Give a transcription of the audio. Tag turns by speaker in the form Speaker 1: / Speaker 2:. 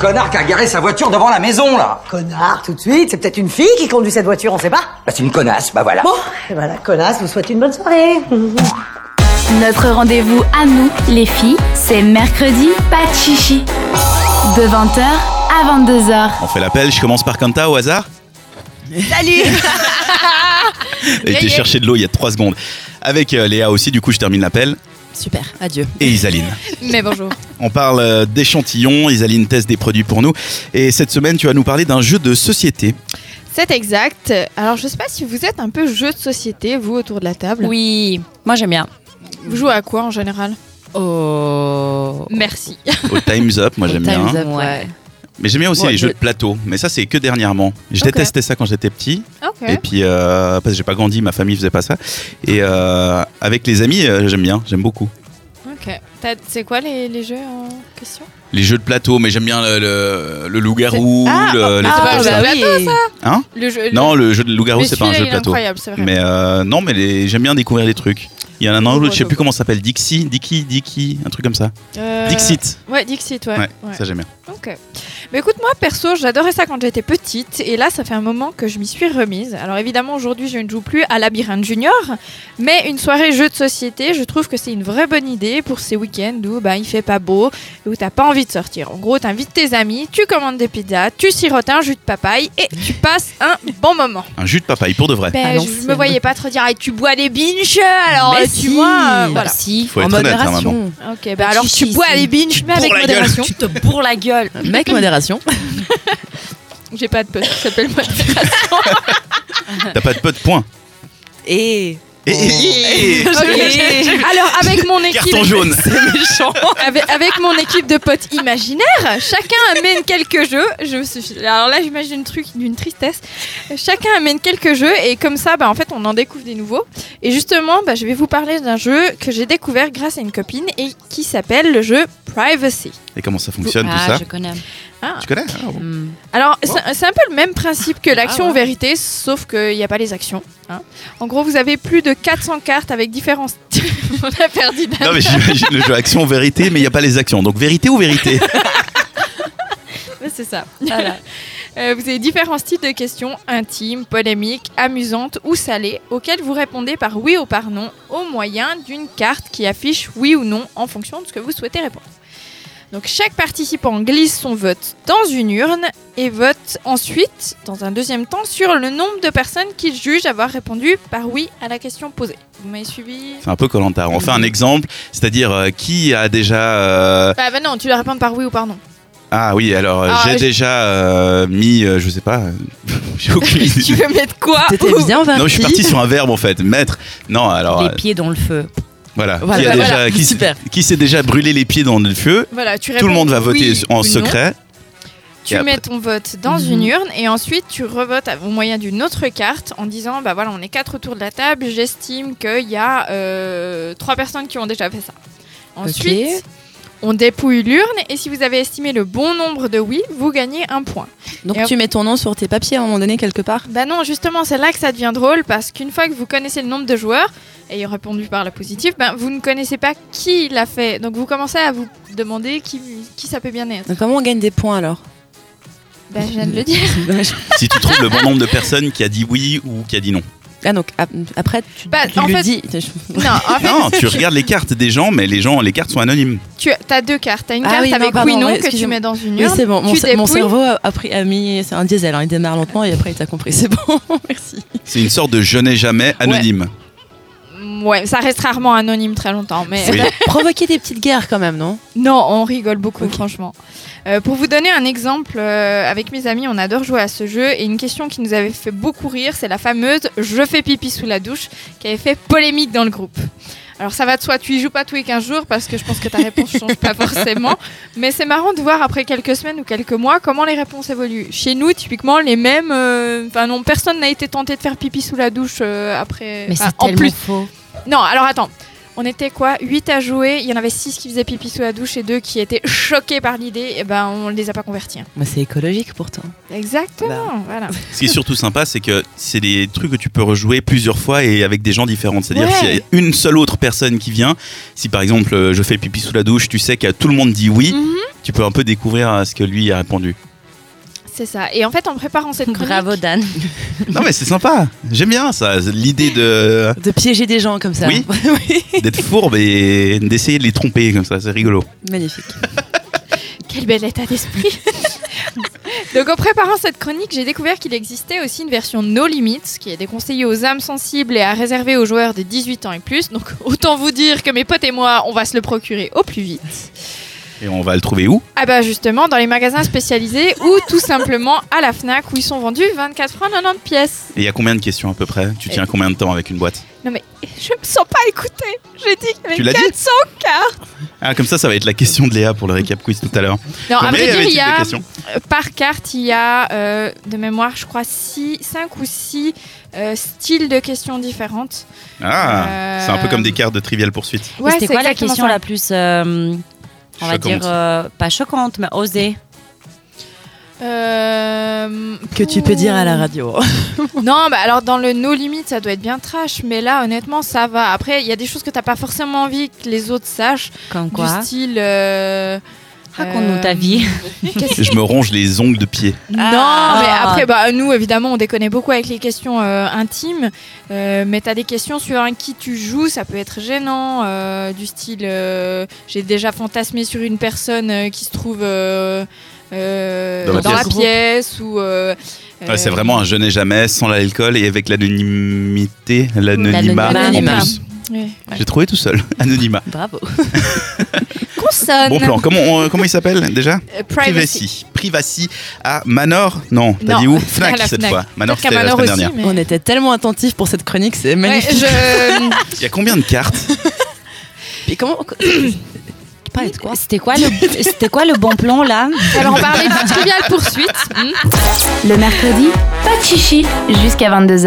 Speaker 1: connard qui a garé sa voiture devant la maison, là
Speaker 2: Connard, tout de suite. C'est peut-être une fille qui conduit cette voiture, on sait pas.
Speaker 1: Bah, c'est une connasse, bah voilà.
Speaker 2: Bon, et ben la connasse vous souhaite une bonne soirée.
Speaker 3: Notre rendez-vous à nous, les filles, c'est mercredi, pas de chichi. De 20h à 22h.
Speaker 4: On fait l'appel, je commence par Kanta au hasard.
Speaker 5: Salut
Speaker 4: J'ai été chercher de l'eau il y a 3 secondes. Avec euh, Léa aussi, du coup je termine l'appel.
Speaker 5: Super, adieu.
Speaker 4: Et Isaline.
Speaker 5: Mais bonjour.
Speaker 4: On parle euh, d'échantillons, Isaline teste des produits pour nous. Et cette semaine tu vas nous parler d'un jeu de société.
Speaker 6: C'est exact. Alors, je sais pas si vous êtes un peu jeu de société, vous, autour de la table.
Speaker 5: Oui, moi j'aime bien.
Speaker 6: Vous jouez à quoi en général
Speaker 5: Oh.
Speaker 6: Merci.
Speaker 4: Au Time's Up, moi j'aime bien.
Speaker 5: Time's Up, ouais.
Speaker 4: Mais j'aime bien aussi
Speaker 5: Ouais,
Speaker 4: les jeux
Speaker 5: je-
Speaker 4: de plateau. Mais ça c'est que dernièrement. Je
Speaker 6: Ok.
Speaker 4: détestais ça quand j'étais petit.
Speaker 6: Ok.
Speaker 4: Et puis, euh, parce que j'ai pas grandi, ma famille faisait pas ça. Et euh, avec les amis, euh, j'aime bien, j'aime beaucoup.
Speaker 6: Ok. T'as- C'est quoi les, les jeux en question
Speaker 4: Les jeux de plateau, mais j'aime bien le, le, le loup-garou,
Speaker 6: Ah,
Speaker 4: le, euh, les
Speaker 6: ah,
Speaker 4: trucs comme
Speaker 6: bah
Speaker 4: ça.
Speaker 6: oui.
Speaker 4: Hein
Speaker 6: Le jeu.
Speaker 4: Non, le jeu de loup-garou,
Speaker 6: mais
Speaker 4: c'est pas un
Speaker 6: celui-là,
Speaker 4: jeu de
Speaker 6: il est
Speaker 4: plateau.
Speaker 6: incroyable, c'est vrai.
Speaker 4: Mais euh, non, mais les- j'aime bien découvrir des trucs. Il y en a un autre, je sais plus comment ça s'appelle, Dixie, Dicky, Dicky, un truc comme ça.
Speaker 6: Euh,
Speaker 4: Dixit.
Speaker 6: Ouais, Dixit, ouais.
Speaker 4: Ouais,
Speaker 6: Ouais.
Speaker 4: ça j'aime bien.
Speaker 6: Ok. Mais écoute, moi perso, j'adorais ça quand j'étais petite, et là, ça fait un moment que je m'y suis remise. Alors évidemment, aujourd'hui, je ne joue plus à Labyrinthe Junior, mais une soirée jeu de société, je trouve que c'est une vraie bonne idée pour ces week-ends où bah, il fait pas beau, et où t'as pas envie de sortir. En gros, t'invites tes amis, tu commandes des pizzas, tu sirotes un jus de papaye, et tu passes un bon moment.
Speaker 4: Un jus de papaye, pour de vrai.
Speaker 5: À
Speaker 6: Ben, je
Speaker 5: l'ancienne.
Speaker 6: me voyais pas trop dire, Ah, tu bois des binges, alors
Speaker 5: Mais
Speaker 6: euh,
Speaker 5: si,
Speaker 6: tu vois, euh,
Speaker 5: bah
Speaker 6: voilà.
Speaker 5: si,
Speaker 4: Faut
Speaker 5: en
Speaker 4: être honnête, hein,
Speaker 5: modération.
Speaker 6: Ok, bah alors tu
Speaker 5: Chichi,
Speaker 6: bois
Speaker 5: c'est-
Speaker 6: des binges, mais
Speaker 4: bourres
Speaker 6: avec
Speaker 4: la gueule.
Speaker 6: modération.
Speaker 5: tu te bourres la gueule. Mec, modération.
Speaker 6: J'ai pas de pote qui s'appelle moi.
Speaker 4: T'as pas de peu de points.
Speaker 6: Oh.
Speaker 5: Et.
Speaker 4: Eh, eh, eh,
Speaker 6: Ok. Alors avec mon équipe,
Speaker 4: Carton jaune.
Speaker 5: méchant.
Speaker 6: avec, avec mon équipe de potes imaginaires, chacun amène quelques jeux. Je, me suis- alors là, j'imagine un truc d'une tristesse. Chacun amène quelques jeux et comme ça, bah, en fait, on en découvre des nouveaux. Et justement, bah, je vais vous parler d'un jeu que j'ai découvert grâce à une copine et qui s'appelle le jeu Privacy.
Speaker 4: Et comment ça fonctionne, tout
Speaker 5: Ah,
Speaker 4: ça
Speaker 5: je connais.
Speaker 4: Tu connais Ah, bon.
Speaker 7: Mmh.
Speaker 5: Hmm.
Speaker 6: Alors, c'est- c'est un peu le même principe que l'action
Speaker 5: Ah ouais.
Speaker 6: ou vérité, sauf qu'il n'y a pas les actions. hein. En gros, vous avez plus de 400 cartes avec différents... on a perdu d'un
Speaker 4: Non, mais j'imagine le jeu action, vérité, mais il n'y a pas les actions. Donc vérité ou vérité
Speaker 6: Ouais, C'est ça. Euh, vous avez différents styles de questions intimes, polémiques, amusantes ou salées, auxquelles vous répondez par oui ou par non au moyen d'une carte qui affiche oui ou non en fonction de ce que vous souhaitez répondre. Donc chaque participant glisse son vote dans une urne et vote ensuite, dans un deuxième temps, sur le nombre de personnes qu'il juge avoir répondu par oui à la question posée. Vous m'avez suivi
Speaker 4: C'est un peu Colanta. On fait un exemple, c'est-à-dire euh, qui a déjà. euh,
Speaker 6: Bah, bah non, tu dois répondre par oui ou par non.
Speaker 4: Ah oui, alors euh,
Speaker 6: Ah,
Speaker 4: j'ai
Speaker 6: je-
Speaker 4: déjà euh, mis, euh, je sais pas, euh, j'ai aucune
Speaker 6: tu
Speaker 4: idée.
Speaker 6: veux mettre quoi
Speaker 5: T'étais
Speaker 6: ou-
Speaker 5: bien parti.
Speaker 4: Non, je suis parti sur un verbe en fait, mettre. Non, alors euh,
Speaker 5: Les pieds dans le feu.
Speaker 4: voilà.
Speaker 5: Voilà,
Speaker 4: Qui a
Speaker 5: voilà.
Speaker 4: déjà, qui, s-
Speaker 5: Super.
Speaker 4: qui s'est déjà brûlé les pieds dans le feu
Speaker 6: Voilà, tu
Speaker 4: Tout le
Speaker 6: réponds
Speaker 4: monde va
Speaker 6: oui
Speaker 4: voter en
Speaker 6: ou non.
Speaker 4: secret.
Speaker 6: Tu
Speaker 4: Et après-
Speaker 6: mets ton vote dans
Speaker 5: Mhm.
Speaker 6: une urne et ensuite tu revotes au moyen d'une autre carte en disant bah voilà on est quatre autour de la table j'estime qu'il y a euh, trois personnes qui ont déjà fait ça. Ensuite on dépouille l'urne et si vous avez estimé le bon nombre de oui vous gagnez un point.
Speaker 7: Donc
Speaker 6: Et hop.
Speaker 7: tu mets ton nom sur tes papiers à un moment donné quelque part.
Speaker 6: Bah non justement c'est là que ça devient drôle parce qu'une fois que vous connaissez le nombre de joueurs ayant répondu par la positive ben vous ne connaissez pas qui l'a fait donc vous commencez à vous demander qui, qui ça peut bien être.
Speaker 7: Donc comment on gagne des points alors
Speaker 6: Ben je viens de le dire.
Speaker 4: Si tu trouves le bon nombre de personnes qui a dit oui ou qui a dit non.
Speaker 7: Ah donc ap- après tu,
Speaker 6: Bah,
Speaker 7: tu
Speaker 6: en
Speaker 7: lui
Speaker 6: fait-
Speaker 7: dis.
Speaker 6: Non en fait
Speaker 4: Non, tu regardes les cartes des gens, mais les gens, les cartes sont anonymes.
Speaker 6: Tu as deux cartes. Tu as une
Speaker 7: Ah
Speaker 6: carte
Speaker 7: oui, non,
Speaker 6: avec
Speaker 7: pardon,
Speaker 6: oui non
Speaker 7: ouais,
Speaker 6: que tu
Speaker 7: excusez-moi.
Speaker 6: mets dans une
Speaker 7: Oui
Speaker 6: urne.
Speaker 7: c'est bon. Mon,
Speaker 6: tu
Speaker 7: cer- mon
Speaker 6: dépouilles.
Speaker 7: cerveau a, a pris a mis c'est un diesel. hein, il démarre lentement et après il t'a compris. C'est bon. Merci.
Speaker 4: C'est une sorte de je n'ai jamais anonyme.
Speaker 6: Mm, Ouais, ça reste rarement anonyme très longtemps. Mais
Speaker 4: Oui.
Speaker 7: Provoquer des petites guerres quand même non
Speaker 6: non, on rigole beaucoup,
Speaker 7: Ok.
Speaker 6: franchement. Euh, pour vous donner un exemple, euh, avec mes amis, on adore jouer à ce jeu. Et une question qui nous avait fait beaucoup rire, c'est la fameuse Je fais pipi sous la douche qui avait fait polémique dans le groupe. Alors ça va de soi, tu y joues pas tous les 15 jours parce que je pense que ta réponse change pas forcément. Mais c'est marrant de voir après quelques semaines ou quelques mois comment les réponses évoluent. Chez nous, typiquement, les mêmes. euh, Enfin, non, personne n'a été tenté de faire pipi sous la douche euh, après.
Speaker 5: Mais
Speaker 6: enfin,
Speaker 5: c'est
Speaker 6: en
Speaker 5: tellement
Speaker 6: plus.
Speaker 5: faux.
Speaker 6: Non, alors attends. On était quoi 8 à jouer. Il y en avait 6 qui faisaient pipi sous la douche et 2 qui étaient choqués par l'idée. Et ben, on les a pas convertis. hein.
Speaker 7: Bah, c'est écologique pourtant.
Speaker 6: Exactement. Voilà.
Speaker 4: Ce qui est surtout sympa, c'est que c'est des trucs que tu peux rejouer plusieurs fois et avec des gens différents. C'est-à-dire
Speaker 6: Ouais.
Speaker 4: s'il y a une seule autre personne qui vient, si par exemple euh, je fais pipi sous la douche, tu sais que tout le monde dit oui,
Speaker 6: Mhm.
Speaker 4: tu peux un peu découvrir euh, ce que lui a répondu.
Speaker 6: C'est ça. Et en fait, en préparant cette chronique.
Speaker 8: Bravo Dan.
Speaker 4: Non mais c'est sympa, j'aime bien ça, l'idée de
Speaker 7: De piéger des gens comme ça.
Speaker 4: Oui. d'être fourbe et d'essayer de les tromper comme ça, c'est rigolo.
Speaker 7: Magnifique.
Speaker 6: Quel bel état d'esprit Donc en préparant cette chronique, j'ai découvert qu'il existait aussi une version No Limits qui est déconseillée aux âmes sensibles et à réserver aux joueurs de 18 ans et plus. Donc autant vous dire que mes potes et moi, on va se le procurer au plus vite.
Speaker 4: Et on va le trouver où
Speaker 6: Ah bah justement dans les magasins spécialisés ou tout simplement à la Fnac où ils sont vendus 24 francs 90 pièces.
Speaker 4: Et il y a combien de questions à peu près Tu tiens combien de temps avec une boîte
Speaker 6: Je me sens pas écoutée. J'ai dit qu'il y avait
Speaker 4: Tu l'as dit
Speaker 6: 400 cartes.
Speaker 4: Ah comme ça ça va être la question de Léa pour le récap quiz tout à l'heure.
Speaker 6: Non, à
Speaker 4: Combien
Speaker 6: vrai dire,
Speaker 4: avait-il
Speaker 6: il y
Speaker 4: de
Speaker 6: a
Speaker 4: questions
Speaker 6: Euh, par carte, il y a euh, de mémoire, je crois, 5 ou 6 styles de questions différentes.
Speaker 4: Ah,
Speaker 6: Euh,
Speaker 4: c'est un peu comme des cartes de Trivial Poursuite.
Speaker 8: Et C'était quoi la
Speaker 6: exactement
Speaker 8: question
Speaker 6: ça.
Speaker 8: la plus, euh, on va
Speaker 4: Choquante.
Speaker 8: dire, euh, pas choquante, mais osée
Speaker 6: Euh,
Speaker 7: Que tu peux dire à la radio.
Speaker 6: Non, bah alors dans le no limit, ça doit être bien trash, mais là, honnêtement, ça va. Après, il y a des choses que t'as pas forcément envie que les autres sachent,
Speaker 8: Comme quoi
Speaker 6: du style. euh,
Speaker 8: Raconte-nous
Speaker 6: euh,
Speaker 8: ta vie.
Speaker 6: qu'est-ce-
Speaker 4: Je me ronge les ongles de pied.
Speaker 6: Non, mais
Speaker 8: Ah.
Speaker 6: après, bah, nous, évidemment, on déconne beaucoup avec les questions euh, intimes. Euh, mais t'as des questions sur un qui tu joues, ça peut être gênant. euh, du style, euh, j'ai déjà fantasmé sur une personne euh, qui se trouve euh, euh,
Speaker 4: Dans la
Speaker 6: dans la
Speaker 7: pièce.
Speaker 6: pièce. ou, euh,
Speaker 4: Ouais, c'est
Speaker 6: euh,
Speaker 4: vraiment un je n'ai jamais sans l'alcool et avec l'anonymité, l'anonymat en
Speaker 8: L'anonymat.
Speaker 4: plus.
Speaker 6: ouais.
Speaker 4: J'ai trouvé tout seul, anonymat.
Speaker 7: Bravo.
Speaker 6: Consonne.
Speaker 4: Bon plan. Comment, on- comment il s'appelle déjà
Speaker 6: Euh, Ah, privacy.
Speaker 4: Privacy à Manor. Non, t'as
Speaker 6: Non,
Speaker 4: dit où
Speaker 6: c'est à
Speaker 4: Fnac
Speaker 6: la
Speaker 4: cette
Speaker 6: Fnac.
Speaker 4: fois. Manor,
Speaker 6: Peut-être qu'à
Speaker 4: c'était la
Speaker 6: Manor
Speaker 4: semaine
Speaker 6: aussi,
Speaker 4: dernière.
Speaker 6: mais-
Speaker 7: On était tellement attentifs pour cette chronique, c'est
Speaker 6: Ouais,
Speaker 7: magnifique.
Speaker 6: je-
Speaker 4: Il y a combien de cartes
Speaker 7: Puis comment Parler de quoi
Speaker 8: C'était quoi, le... c'était quoi le bon plan là
Speaker 6: Alors, on parlait du trivial poursuite. Hmm.
Speaker 3: Le mercredi, pas de chichi jusqu'à 22h.